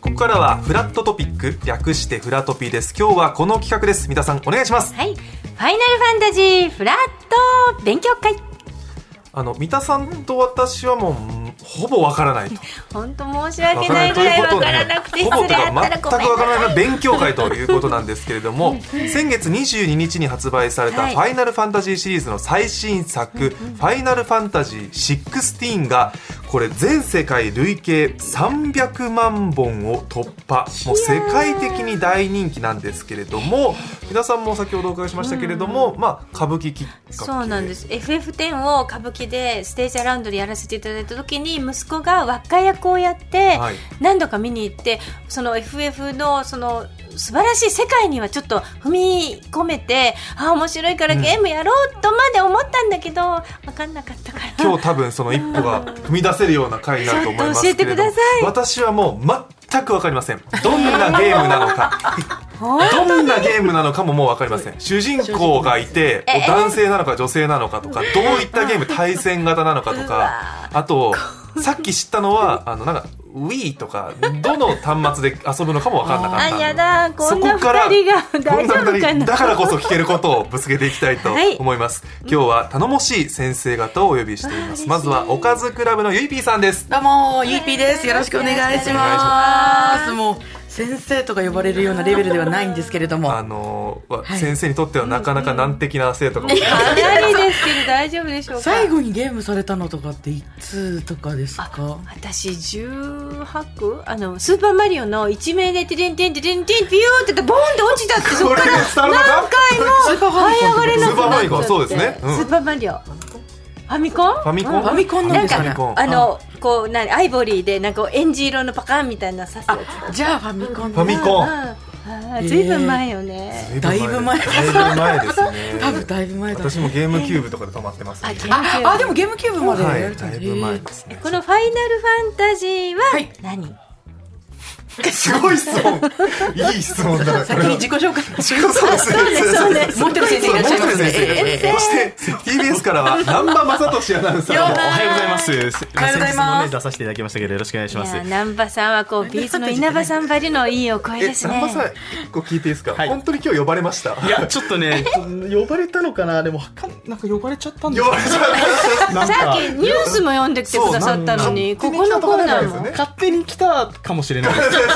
こからはフラットトピック略してフラトピです今日はこの企画です三田さんお願いしますはい。ファイナルファンタジーフラット勉強会。あの三田さんと私はもううんほぼわからないと本当申し訳ないぐらいわからなくてほ失ぼと礼あったらかごめ全んなくわからさ。ないい勉強会ということなんですけれども先月22日に発売された「はいファイナルファンタジー」シリーズの最新作「ファイナルファンタジー16」がこれ全世界累計300万本を突破もう世界的に大人気なんですけれども皆さんも先ほどお伺いしましたけれども、まあ歌舞伎きっかけそうなんです FF10 を歌舞伎でステージアラウンドでやらせていただいた時に息子が輪っか役をやってはい何度か見に行ってその FF のその素晴らしい世界にはちょっと踏み込めてあ面白いからゲームやろうとまで思ったんだけど分かんなかったから今日多分その一歩が踏み出せるような回になると思いますけれどちょもっと教えてく私はもう全く分かりませんどんなゲームなのかどんなゲームなのかももう分かりません主人公がいてえ男性なのか女性なのかとかどういったゲーム対戦型なのかうとかわあとさっき知ったのはあのなんか Wii とかどの端末で遊ぶのかも分かんなかあったやだこんなそこから二人がこ大ん丈な二夫か人なだからこそ聞けることをぶつけていきたいとはい思います、今日は頼もしい先生方をお呼びしていますまずはおかずクラブのゆいぴーさんですどうもゆいぴーですよろしくお願いしますもう先生とか呼ばれるようなレベルではないんですけれどもあのーわ先生にとってはなかなか難敵な生徒かもしれない、かなりですけど大丈夫でしょうか最後にゲームされたのとかっていつとかですか私18あのスーパーマリオの一名でテレンテンテレンテンピューってボーンって落ちたってそこっれからが伝わるのかスーパーファミ這い上がコンれとなかくスーパなっーマちリゃコってそうですねうんスーパーマリオファミコンファミコンうんファミコンなんですかねファミコンあのこうなアイボリーでなんかエンジ色のパカンみたいな刺すやあじゃあファミコンファミコンつずいぶん前よねだいぶ前だいぶ前ですね多分だいぶ前だ私もゲームキューブとかで止まってます、あゲームキューブあでもゲームキューブまではやいれたんだだいぶ前ですねこのファイナルファンタジーははい何、すごい質問いい質問だなこ先れには自己紹介そうですそうです持ってる先生いらっしゃいますね持ってる先生いらっしゃいますそして TBS からは南波雅俊アナウンサーよもっおはようございます。おはようございます出させていただきましたけど、よろしくお願いしいますや。南波さんはこうビーズの稲葉さんばりのいいお声え、です南ね波さん、一個聞いていいですか、はい本当に今日呼ばれました。いや、ちょっとね、呼ばれたのかな、でも、わかんなんか呼ばれちゃったんで呼すばれちゃった。なんかさっきニュースも読んできてくださったのに、そうここのコーナー勝手に来たところなんも。ですね勝手に来たかもしれないです。はい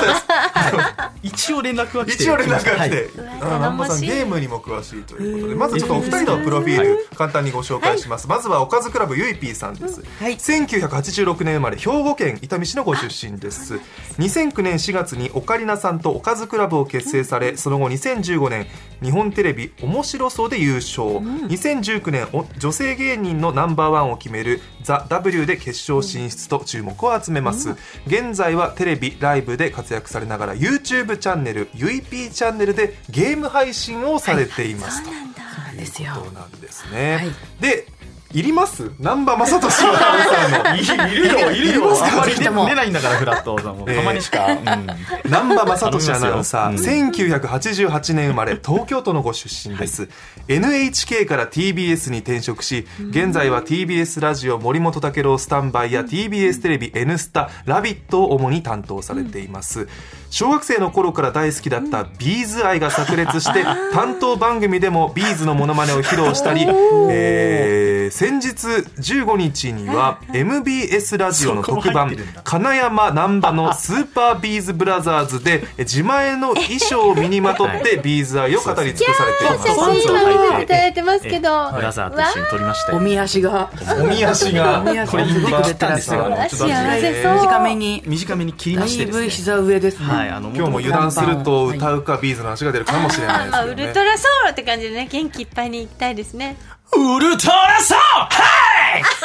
一応連絡は来て。一応連絡が来て、はあいーうわ南波さ頼もんしいゲームにも詳しいということでまずちょっとお二人のプロフィール簡単にご紹介します、まずはおかずクラブゆいぴーさんです、はい1986年生まれ兵庫県伊丹市のご出身です2009年4月にオカリナさんとおかずクラブを結成されその後2015年日本テレビ面白そうで優勝、2019年お女性芸人のナンバーワンを決める「ザ・ w で決勝進出と注目を集めます、現在はテレビライブで活躍されながら YouTube チャンネルゆい p チャンネルでゲーム配信をされています、そうなんだなんですというこよとなんですね、はいでいります難波雅俊さ んのいるよ、いるいまよ。すかあんまぜりひ出とも出ないんだから、フラットさんも。えーたまにしか。うん南波雅俊アナウンサ頼みますー、1988年生まれ東京都のご出身です、NHK から TBS に転職し現在は TBS ラジオ森本武郎スタンバイや TBS テレビ「N スタ」「ラビット!」を主に担当されています小学生の頃から大好きだったビーズ愛が炸裂して担当番組でもビーズのモノマネを披露したり、えー先日15日には MBS ラジオの特番そこも入ってるんだ金山難波のスーパービーズブラザーズでえ自前の衣装を身にまとってビーズ愛を語り尽くされていま写すそうそう真今見せていただいてますけど、ブラザーと一緒に撮りましたおよ。み足がおみ足がおみ足これ言ってくれたんですよちょっと待って幸せそう短めに短めに切りだましていでぶすね。膝上ですねはい、あの、今日も油断すると歌うかビーズの足が出るかもしれないまあウでルすよトねラソウルって感じでね元気いっぱいに行きたいですねウルトラソウは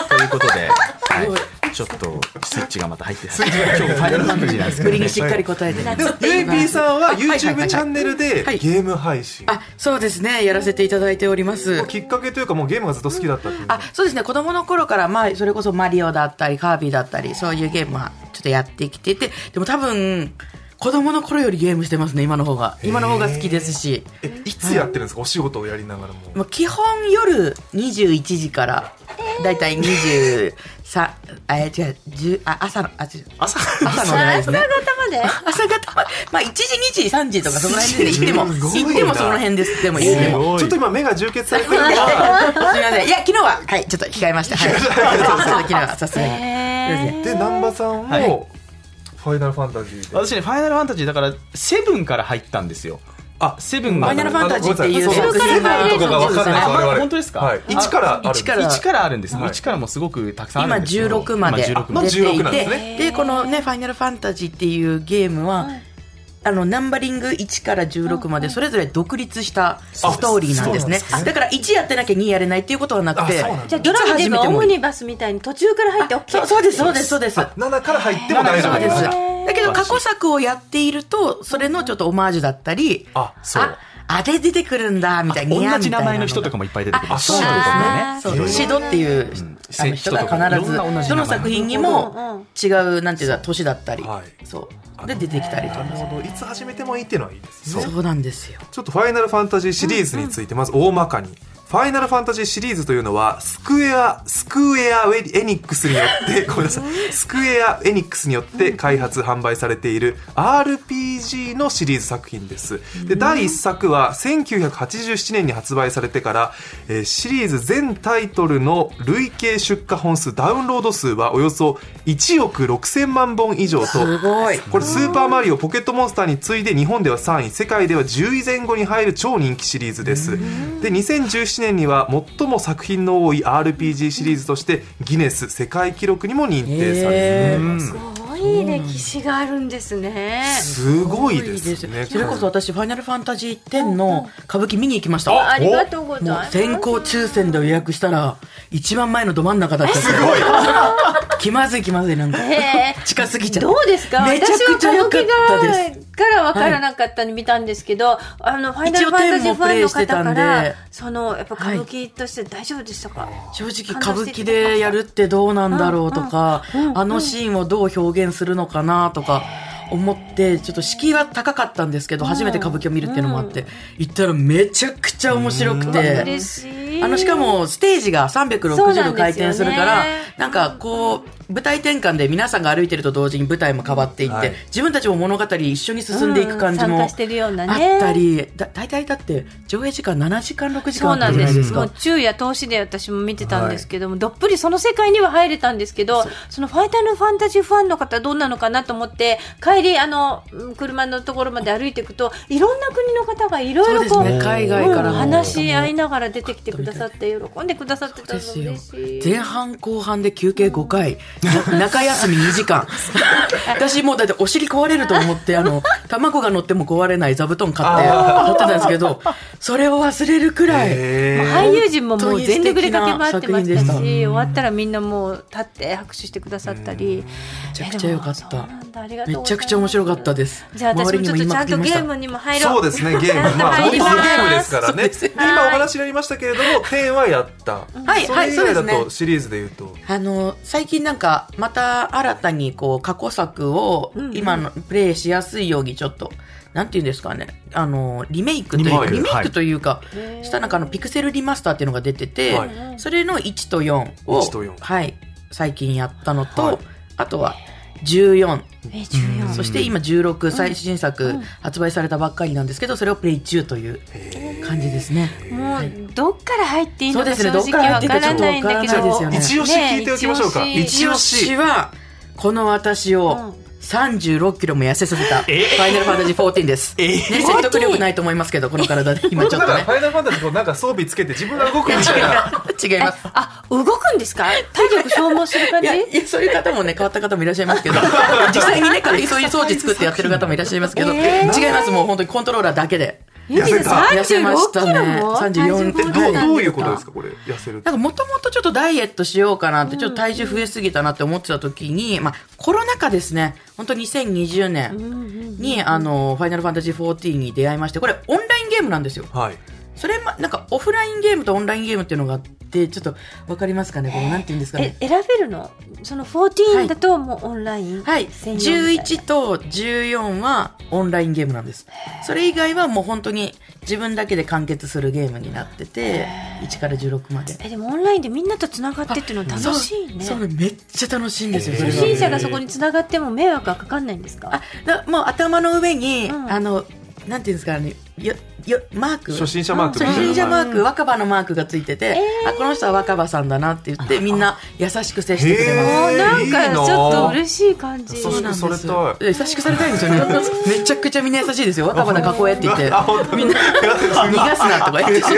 いということで、はい、ちょっとスイッチがまた入って、今日ファイナルファンタジーなんですけ振どりにしっかり答えてでもゆいぴーさんは YouTube チャンネルではいゲーム配信あそうですねやらせていただいておりますきっかけというかもうゲームがずっと好きだったっていうあそうですね子供の頃から、まあ、それこそマリオだったりカービィだったりそういうゲームはちょっとやってきててでも多分子供の頃よりゲームしてますね今の方が今の方が好きですし、えいつやってるんですかお仕事をやりながらもまあ、基本夜21時からだいたい23、あ、違う、10あ、朝の、あ、違う朝朝のじゃないですね。頭で 朝方まで、まあ、1時、2時、3時とか、その辺で行っても、すごいな行ってもその辺です。でも、行ってでも。もちょっと今目が充血されてるからすみません。いや、昨日は、はい、ちょっと控えました。 はい。ちょっと昨日は、さすがに。へーで南波さんはいもファイナルファンタジーで私ね、ファイナルファンタジーだから、セブンから入ったんですよ。あセブンフが。ァイナルファンタジーっていうあのごめんなさいセブンからセブンとかが分かんないですあ我々本当ですかはいあ1からあるんです一から1からあるんです。はい1からもすごくたくさんあ今るんですけど16まで出て今16ままでで。 16なんいですてねでこのね「ファイナルファンタジー」っていうゲームは、あのナンバリング1から16までそれぞれ独立したストーリーなんですねそうなんでだすねから1やってなきゃ2やれないっていうことはなくてあそうなんだじゃあドラマで言えばオムニバスみたいに途中から入って OK そうそうですそうですそうです7から入っても大そ丈う夫ですあだけど過去作をやっているとそれのちょっとオマージュだったりあそうああれ出てくるんだみたいなニャーみ同たじいな名が前の人とかもいっぱい出てくる。あそうなんでそあーすねういろいろシドっていうあの人が必ずいろんな同じ名前どの作品にも違うなんていうか年だったりはいそうで出てきたりとなるかほどいつ始めてもいいっていうのはいいですねそうなんですよちょっとファイナルファンタジーシリーズについてまず大まかに、ファイナルファンタジーシリーズというのはスクエアスクエアウェエニックスによって ごめんなさいスクエアエニックスによって開発販売されている RPG のシリーズ作品ですで第1作は1987年に発売されてから、えーシリーズ全タイトルの累計出荷本数ダウンロード数はおよそ1億6000万本以上とすごいこれ「スーパーマリオポケットモンスター」に次いで日本では3位世界では10位前後に入る超人気シリーズですで2017年には最も作品の多い RPG シリーズとしてギネス世界記録にも認定されています、すごい歴史があるんですねすごいですねそれこそ私ファイナルファンタジー10の歌舞伎見に行きましたありがとうございもうます先行抽選で予約したら一番前のど真ん中だったすごい気まずい気まずいなんかへー近すぎちゃってどうですかめちゃくちゃ良かった私は歌で舞伎がから分からなかったの見たんですけど、あのファイナルファンタジーファン一応テーマをプレの方かイしてたんらでそのやっぱ歌舞伎として大丈夫でしたか、す正直歌舞伎でやるってどうなんだろうとかあのシーンをどう表現するのかなとか思ってちょっと敷居が高かったんですけど初めて歌舞伎を見るっていうのもあって行ったらめちゃくちゃ面白くて嬉しいあのしかもステージがそう360な度んで回すよね転するからなんかこう舞台転換で皆さんが歩いてると同時に舞台も変わっていって、はい自分たちも物語一緒に進んでいく感じうん参もあ加してるようなねったり、だ大体だって上映時間7時間6時そう間あなったんじゃでないすですもかう昼夜通しで私も見てたんですけども、どっぷりその世界には入れたんですけどそのファイタルファンタジーファンの方どうなのかなと思って帰りあのうん車のところまで歩いていくといろんな国の方がいろいろこそううですね海外からうんも話し合いながら出てきてくださって喜んでくださってたのですよ嬉しい前半後半で休憩5回 な中休み2時間 私もうだってお尻壊れると思ってあの卵が乗っても壊れない座布団買って乗ってたんですけどそれを忘れるくらい。へー俳優陣ももう全力で駆け回本ってました当に素敵な作品でしした終わったらみんなもう立って拍手してくださったりめちゃくちゃ良かっためちゃくちゃ面白かったですじゃあ私周もちりょっにともちゃん言いまとくゲりましたームにも入ろうそうですねゲームまあボードゲームですからねで今お話になりましたけれども10はやったはいそれ以はい外そだうですとねシリーズで言うとあの最近なんかまた新たにこう過去作をんうん今のプレイしやすいようにちょっと、なんていうんですかねあのリメイクというリメかイクリメイはいクというか、したなんかあのピクセルリマスターっていうのが出てて、はいそれの1と4を1と4はい、最近やったのと、はいあとは14え14そして今16最新作発売されたばっかりなんですけどそれをプレイ中という感じですね。もうどっから入っていいのか正直わからないんだけど、そうですね一押し聞いておきましょうかね一押し一押しはこの私を36キロも痩せさせた「ファイナルファンタジー14」です、ね、説得力ないと思いますけどこの体で今ちょっとなんねかファイナルファンタジーとなんか装備つけて自分が動くみたい な違いますあ動くんですか体力消耗する感いじやいやそういう方もね変わった方もいらっしゃいますけど実際にね勝手にそういう装置作ってやってる方もいらっしゃいますけど、え違いますもう本当にコントローラーだけでゆきさん痩せた36キロも痩せましたね34体え重ど増う加どういうことですかこれ痩せるってなんかもともとちょっとダイエットしようかなって、ちょっと体重増えすぎたなって思ってた時に、まあコロナ禍ですね、本当2020年に、あの、ファイナルファンタジー14に出会いまして、これオンラインゲームなんですよ。はいそれま、なんかオフラインゲームとオンラインゲームっていうのがあって、ちょっとわかりますかねこの、なんていうんですかえね。選べるのその14だともうオンライン、はい。 14みたいな11と14はオンラインゲームなんです。それ以外はもう本当に自分だけで完結するゲームになってて、1から16まで。えでもオンラインでみんなとつながってっていうの楽しいねそうそうめっちゃ楽しいんですよ。それ初が心者がそこにつながっても迷惑はかかんないんですかあだもう頭の上に、うんあのなんていうんですかねよよマーク初心者マークみ初たいな心者マーうクん若葉のマークがついてて、あこの人は若葉さんだなって言ってみんな優しく接してくれへます。もうなんいいかなちょっと嬉しい感じそうなんです優しくされた優しくされたいんですよね。めちゃくちゃみんな優しいですよ。若葉の囲えって言ってあ本当、みんな逃 がすなとか言って、教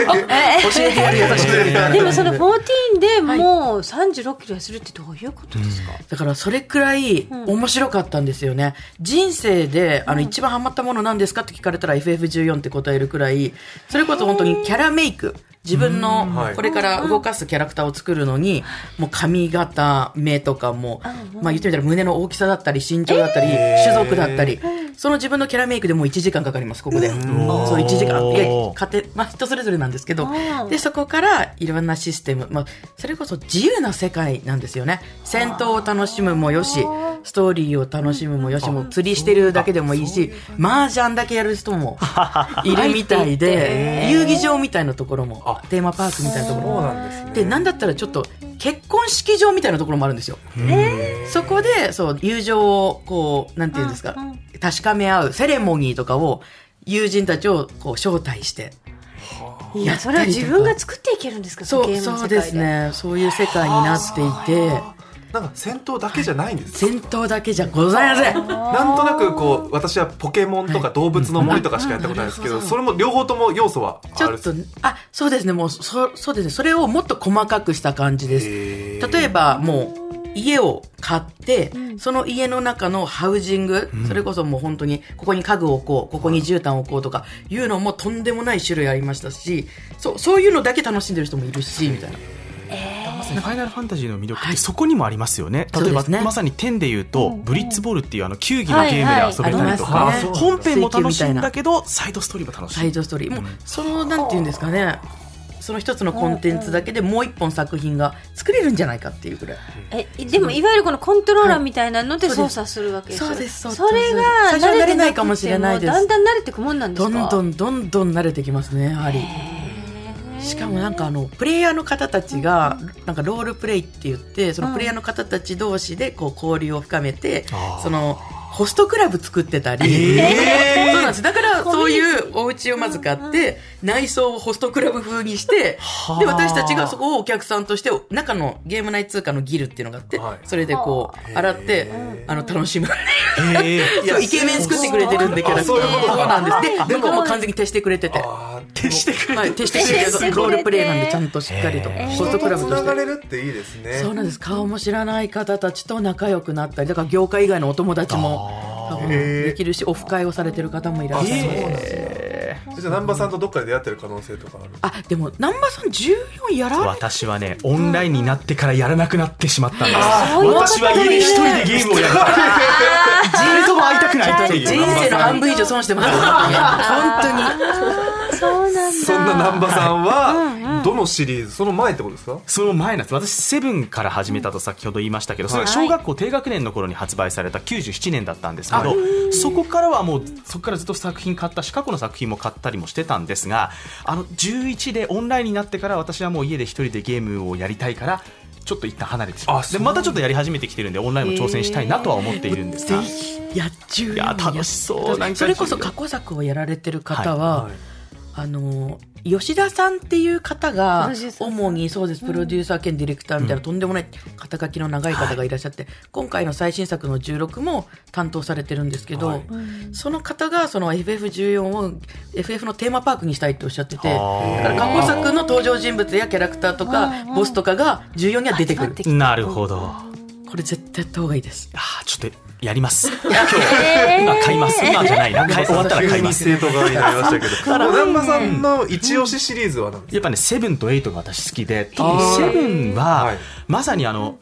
えてやる優しくやるみたいなでもその14でもう36キロ痩せるってどういうことですか、だからそれくらいん面白かったんですよね。人生であの一番ハマったものなんですかって聞かれたら FF14 って答えるくらい、それこそ本当にキャラメイク。自分のはいこれから動かすキャラクターを作るのに、もう髪型、目とかも、まあ言ってみたら胸の大きさだったり、身長だったり、種族だったり、その自分のキャラメイクでもう1時間かかります、ここで。そう、1時間。いや家庭、まあ人それぞれなんですけどう、んで、そこからいろんなシステム、まあ、それこそ自由な世界なんですよね。戦闘を楽しむもよし、ストーリーを楽しむもよし、もう釣りしてるだけでもいいし、麻雀だけやる人もいるみたい で、遊技場みたいなところも、テーマパークみたいなところそうも。なんですねで、なんだったらちょっと結婚式場みたいなところもあるんですよ。そこで、そう、友情を、こう、なんていうんですか、確かめ合うセレモニーとかを、友人たちをこう招待して。いやそれは自分が作っていけるんですかそゲうームのそう世界ですねそういう世界になっていてなんか戦闘だけじゃないんです戦闘だけじゃございませんなんとなくこう私はポケモンとか動物の森とかしかやったことないですけど、それも両方とも要素はちあょるっとあそうですねもうそそうですねそれをもっと細かくした感じですへー例えばもう家を買って、その家の中のハウジング、それこそもう本当にここに家具を置こうここに絨毯を置こうとかいうのもとんでもない種類ありましたしそうそういうのだけ楽しんでる人もいるしみたいなまさにファイナルファンタジーの魅力ってそこにもありますよね、はい例えそうでば、すねまさに10で言うと、ブリッツボールっていうあの球技のゲームで遊べたりとか、はいはいありますね本編も楽しいんだけどサイドストーリーも楽しサいイドストーリー、もうそのなんていうんですかねその一つのコンテンツだけでもう一本作品が作れるんじゃないかっていうぐらい、えでもいわゆるこのコントローラーみたいなのではいそう操です作するわけですよそうですそうですそれが最初は慣れないくてかもしれないですもうだんだん慣れてくもんなんでどすかんどんどんどん慣れてきますねやはりしかもなんかあのプレイヤーの方たちがなんかロールプレイって言ってそのプレイヤーの方たち同士でこう交流を深めて、そのホストクラブ作ってたり、そうなんですだからそういうお家をまず買って、内装をホストクラブ風にして、で私たちがそこをお客さんとして中のゲーム内通貨のギルっていうのがあって、はいそれでこう洗ってあの楽しむ。へーいや そうイケメン作ってくれてるんでキャラクターそういうことかそうなんですで向こうも完全に徹してくれててあー決してくれはい徹してくれて徹してくれるてロールプレイなんでちゃんとしっかりとへーホストクラブとし人と繋がてれるっていいですねそうなんです顔も知らない方たちと仲良くなったりだから業界以外のお友達も多分へーできるしオフ会をされてる方もいらっしゃるあそうなんですじゃあ南波さんとどっかで出会ってる可能性とかあるあでも南波さん14や られ私はねオンラインになってからやらなくなってしまった んですそういうこと私は家で一人でゲームをやる誰とも会いたくないっていう人生の半分以上損 してます本当にそうなんだ そんな南波さんはどのシリーズその前ってことですかその前なんです私セブンから始めたと先ほど言いましたけど、それが小学校低学年の頃に発売された97年だったんですけど、はそこからはもうそこからずっと作品買ったし過去の作品も買ったりもしてたんですがあの11でオンラインになってから私はもう家で一人でゲームをやりたいからちょっと一旦離れてしまあうそうでまたちょっとやり始めてきてるんでオンラインも挑戦したいなとは思っているんですぜが、ひやっちゅういや楽しそうなんかそれこそ過去作をやられてる方は、はいあの吉田さんっていう方プがロデューサーさん主にそうですプロデューサー兼ディレクターみたいな、とんでもない肩書きの長い方がいらっしゃって、今回の最新作の16も担当されてるんですけど、はいその方がその FF14 を FF のテーマパークにしたいっておっしゃっててだあーから過去作の登場人物やキャラクターとかボスとかが14には出てくるなるほどこれ絶対やった方がいいです。あーちょっとや ります今日今買います今じゃないな買い終わったら買います急に生徒側になりました けど南波さんの一押しシリーズは何ですやっぱね、セブンとエイトが私好きで、特にセブンは、はいまさにあの、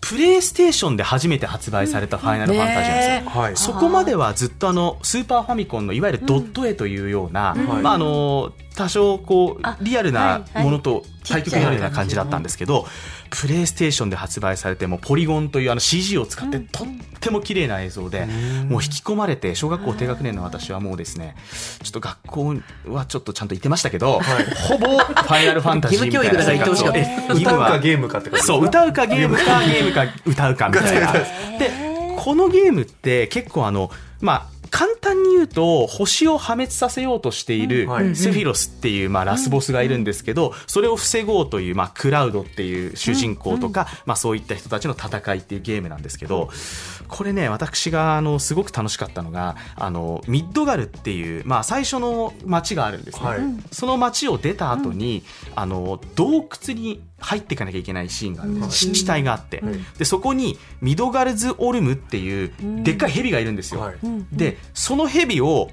プレイステーションで初めて発売されたファイナルファンタジーなんですよ。ねかはいそこまではずっとあのスーパーファミコンのいわゆるドット絵というような、んまああの多少こあうリアルなはいはいものと対局になるような感じちっちゃだいったんですけど、プレイステーションで発売されてもうポリゴンというあの CG を使ってとっても綺麗な映像で、もう引き込まれて小学校低学年の私はもうですねちょっと学校はちょっとちゃんと行ってましたけど、ほぼ「ファイナルファンタジー」みたい義務教育な生活をだから言ってほしか義歌務うかはゲームかってことそう歌うかゲ ームかゲームか歌うかみたいな。でこのゲームって結構あのまあ簡単に言うと星を破滅させようとしているうんはいセフィロスっていうまあラスボスがいるんですけどそれを防ごうというまあクラウドっていう主人公とかまあそういった人たちの戦いっていうゲームなんですけどこれね私があのすごく楽しかったのがあのミッドガルっていうまあ最初の街があるんですね、はいその街を出た後に、あの洞窟に入っていかなきゃいけないシーンがあるんです、湿地帯があって、んでそこにミドガルズ・オルムっていうでっかい蛇がいるんですよ、はいでその蛇を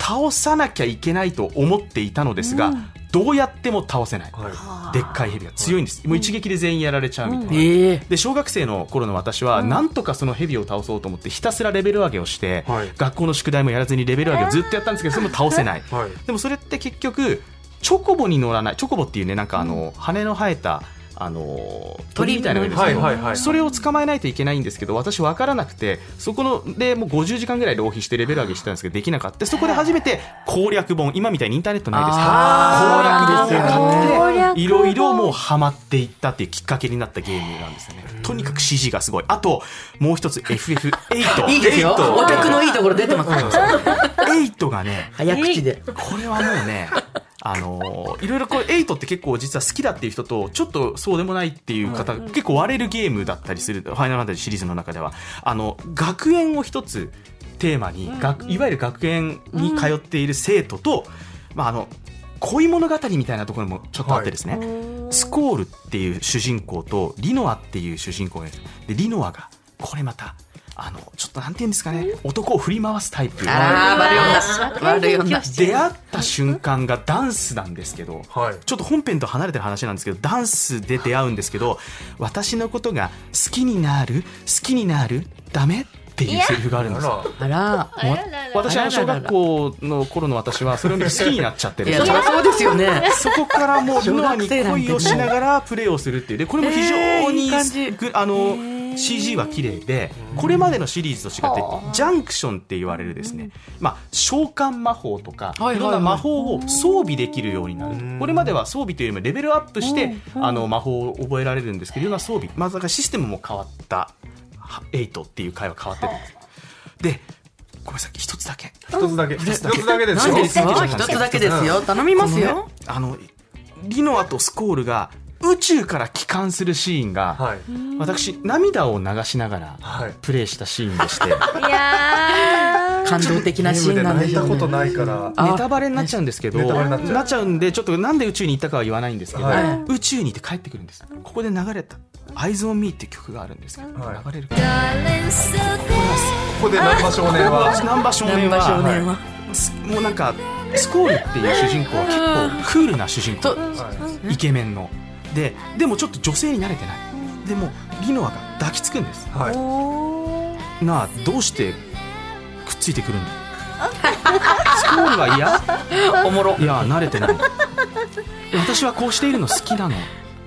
倒さなきゃいけないと思っていたのですが、どうやっても倒せない、はでっかい蛇が強いんです、もう一撃で全員やられちゃうみたいな、ええで小学生の頃の私は、なんとかその蛇を倒そうと思ってひたすらレベル上げをして、はい学校の宿題もやらずにレベル上げをずっとやったんですけどそれも倒せないい、はいでもそれって結局チョコボに乗らないチョコボっていうねなんかあの、羽の生えたあの鳥みたいなのがいるんですはけいど、はいはいそれを捕まえないといけないんですけど私分からなくてそこのでもう50時間ぐらい浪費してレベル上げしてたんですけどできなかったそこで初めて攻略本今みたいにインターネットないですあーけど攻略そうなんです本よをね買っていろい攻略ろ本もうハマっていったっていうきっかけになったゲームなんですよねとにかく CG がすごいあともう一つ FF8 いいですよ。 8お宅のいいところ出てます。 8がね早口で。これはもうね、 あのーいろいろこれ、エイトって結構実は好きだっていう人と、ちょっとそうでもないっていう方、結構割れるゲームだったりする、ファイナルファンタジーシリーズの中では、あの、学園を一つテーマに、学いわゆる学園に通っている生徒と、まあ、あの、恋物語みたいなところもちょっとあってですね、スコールっていう主人公とリノアっていう主人公がいるんですでリノアがこれまたあのちょっとなんて言うんですかね男を振り回すタイプあー悪い女悪い女出会った瞬間がダンスなんですけど、はいちょっと本編と離れてる話なんですけどダンスで出会うんですけど私のことが好きになる好きになるダメっていうセリフがあるんあですよらあら。もう私あの小学校の頃の私は それを見て好きになっちゃっているや、そりゃそうですよね。そこからもうルノアに恋をしながらプレーをするっていうでこれも非常に、えーいい感じぐあの CG は綺麗でこれまでのシリーズと違ってジャンクションって言われるですね、まあ、召喚魔法とかはいはいはいいろんな魔法を装備できるようになるうんこれまでは装備というよりもレベルアップしてあの魔法を覚えられるんですけどいろんな装備、まあ、だからシステムも変わったは8っていう回は変わってたんです。でごめんなさい一つだけ一つだけ一一つつだけだけでなすんよでですか一つだけですよ。 頼みますよ。あのリノアとスコールが宇宙から帰還するシーンが、はい私涙を流しながらはいプレイしたシーンでして、い や感動的なシーンなんでゲしーょムうで泣いたことね。ないから あネタバレになっちゃうんですけどネタバレにななっちゃうっちゃうんでちょっとなんで宇宙に行ったかは言わないんですけど、は宇宙に行って帰ってくるんですここで流れた「アイズ・オン・ミー」っていう曲があるんですけど、はい流れるここで難波少年はナンバ少ナン年バ少は年は。もうなんかスコールっていう主人公は結構クールな主人公と、はいイケメンのででもちょっと女性に慣れてないでもリノアが抱きつくんですはいなあどうしてくっついてく るんだスコールは嫌おもろい。や慣れてない私はこうしているの好きなの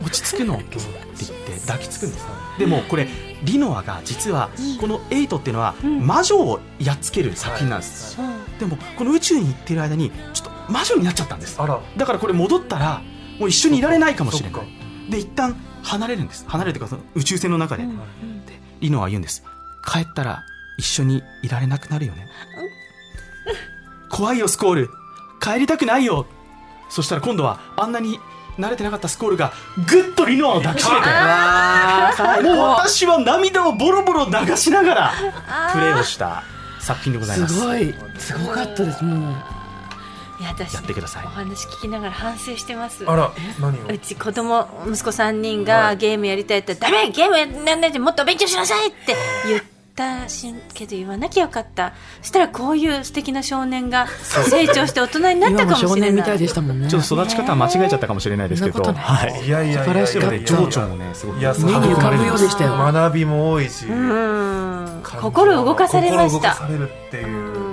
落ち着くのって言って抱きつくんですでもこれリノアが実はこのエイトっていうのは魔女をやっつける作品なんです、でもこの宇宙に行ってる間にちょっと魔女になっちゃったんですあらだからこれ戻ったらもう一緒にいられないかもしれそなっかいで一旦離れるんです離れてかその宇宙船の中で、でリノは言うんです帰ったら一緒にいられなくなるよね怖いよスコール帰りたくないよそしたら今度はあんなに慣れてなかったスコールがぐっとリノアを抱きしめてもう私は涙をボロボロ流しながらプレーをした作品でございますすごい。すごかったです。もう。ーいや私やってくださいお話聞きながら反省してますあら何をうち子供息子3人がゲームやりたいって言ったら「ダメゲームやんないでもっと勉強しなさい!」って言ったしけど言わなきゃよかったそしたらこういう素敵な少年が成長して大人になった今かももしれない少 年みたいでしたもんね。ちょっと育ち方は間違えちゃったかもしれないですけそど、んなことはないいやいやいやいや素晴らしかった情緒もねすごくいや目に浮かぶようでしたよ。学びも多いしうん心動かされまし心動かたされるっていううん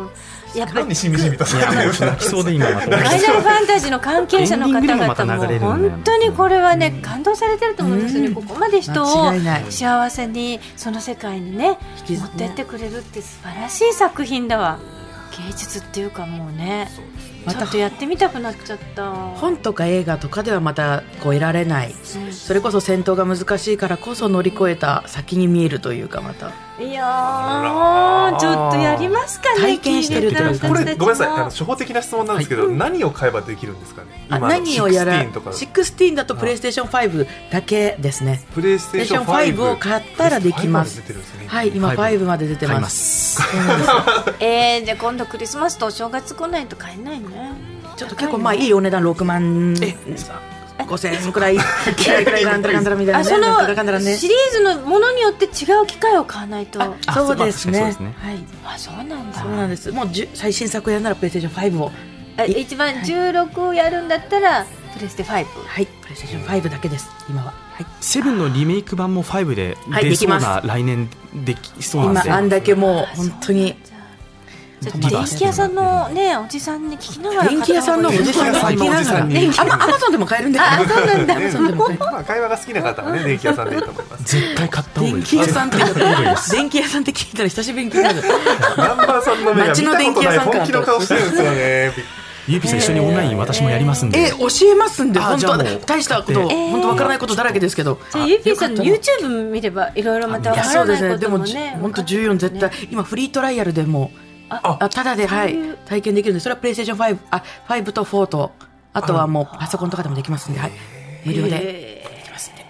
やっぱなんりでしみじみとされてるんだ泣きそうで今またファイナルファンタジーの関係者の方エンディングにもまた々流もれるんだよね本当にこれはね感動されてると思うんですよね、うんここまで人を間違いない幸せにその世界にね引きず持っっててってくれるって素晴らしい作品だわ芸術っていうかもうねまちょたっとやってみたくなっちゃった本とか映画とかではまたこう得られないそれこそ戦闘が難しいからこそ乗り越えた先に見えるというかまたいやーちょっとやりますかね体験してるってことこれごめんなさいあのい初歩的な質問なんですけど、何を買えばできるんですかねあ今何をやら16とか16だとプレイステーション5だけですねプレイステーションプレイステーション5 5を買ったらできますプレイステーション5はい今5 5まで出て買いまますすえー、じゃあ今度クリスマスとお正月来ないと買えないねちょっと結構まあいいお値段6万5000円くらいくらいくらいなんだらかんだらみたいなあねそなんだらかんだのらねシリーズのものによって違う機械を買わないとああそうですねまあ確かにそうですねはいそうなんだそうなんですもうじゅ最新作やるならプレイステーション5をあ一番16をやるんだったらプレステ5はいプレイステーション5だけです今ははいセブンのリメイク版も5ではい出そうなで来年できそうなんで今あんだけもう本当にじゃあ電気屋さんのねおじさんに聞きながら電気屋さんのおじさんに聞きながら、電気あまアマゾンでも買えるんだよ。あそうなんだねそうでもねまあ会話が好きな方はね電気屋さんでいいと思います絶対買った方がい電い気屋さんって絶対買った方がい いです電気屋さんって聞いたら久しぶりに聞いたの。ナンバーさんの目が見たことない本気の顔してるんですよ ねゆうぴさん一緒にオンライン私もやりますんでえ教えますんであ本じゃあ当もう大したことえー本当わからないことだらけですけど。じゃあゆっぴーさんのよかっ YouTube 見ればいろいろまたたわいやかそらうですなねいこでとももね本当14絶対今フリートライアルでもああただではいそういう体験できるんでそれはプレイステーション5あ5と4とあとはもうパソコンとかでもできますんではい無料でえーできますんで。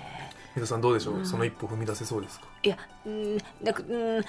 皆さんどうでしょうその一歩踏み出せそうですかいやうんなん かうんうん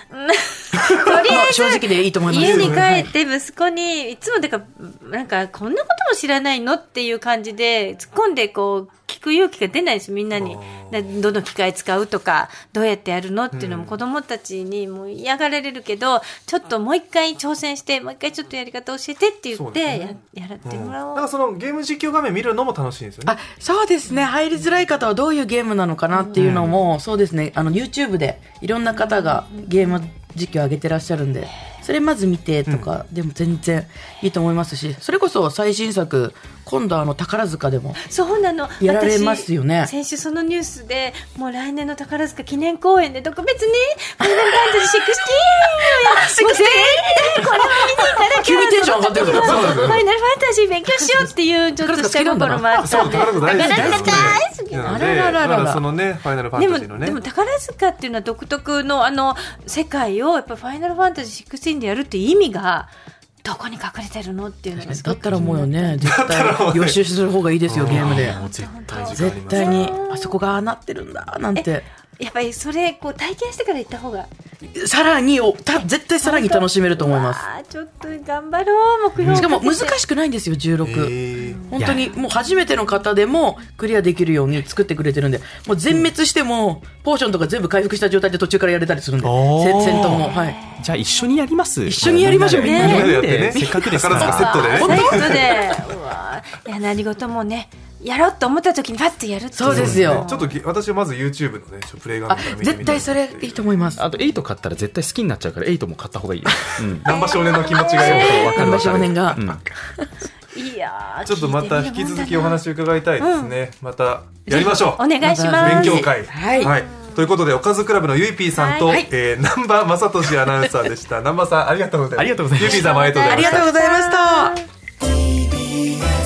とりあまえあず正直でいいと思います。家にはい帰って息子にいつもだからなんかこんなことも知らないのっていう感じで突っ込んでこう聞く勇気が出ないですみんなにだどの機械使うとかどうやってやるのっていうのも子供たちにもう嫌がられるけどちょっともう一回挑戦してもう一回ちょっとやり方教えてって言そうっでてすや,、ねやらっうんてもらおう。なんかそのゲーム実況画面見るのも楽しいんですよねあそうですね入りづらい方はどういうゲームなのかなっていうのも、そうですねあの YouTube でいろんな方がゲーム実況上げてらっしゃるんでそれまず見てとか、でも全然いいと思いますしそれこそ最新作今度あの宝塚でもそうなのやられますよね私先週そのニュースでもう来年の宝塚記念公演で特別に「ファイナルファンタジー16」もう絶対これを見に行かなきゃ急にテンション上がってるからファイナルファンタジー勉強しようっていうちょっとした心もあっそたんうで宝塚大好き宝塚大好きなのあでららららだからそのねファイナルファでンもタジーのねでも宝塚っていうのは独特のあの世界をやっぱ「ファイナルファンタジー16」でやるっていう意味がどこに隠れてるのっていうのがすだごっくたらもうよね絶対予習する方がいいですよゲームでもう絶対時間あり絶ます対にあそこがああなってるんだなんてやっぱりそれこう体験してから行った方がさらにおた絶対さらに楽しめると思いますあーちょっと頑張ろう目標しかも難いしくないんですよ16、えー本当にもう初めての方でもクリアできるように作ってくれてるんで、もう全滅しても、ポーションとか全部回復した状態で途中からやれたりするんで、おーせ戦闘も。はい。じゃあ一緒にやります一緒にやりましょうみんなみんなでやでってねせっかくですから宝塚セットでねセットで うわーいや何事もねやろうと思った時にパッとやるっていそうですよちょっとぎ私はまず YouTube のねちょっとプレイ画あ面から、見て絶みた対いそれいいと思います。あと8買ったら絶対好きになっちゃうから8も買った方がいいよ、うん、 ナンバ少年の気持ちがそうよそうわかるわか少る年がうんいやーちょっとまた聞いて引きみるもんだ続なきお話を伺いたいですね、またやりましょうお願いしま勉す強会はいということでおかずクラブのゆいぴーさんと、はいえー、南波正俊アナウンサーでした南波さんありがとうございますありがとうございましたゆいぴーさんもありがとうございあまりしがたとうございました。 TBS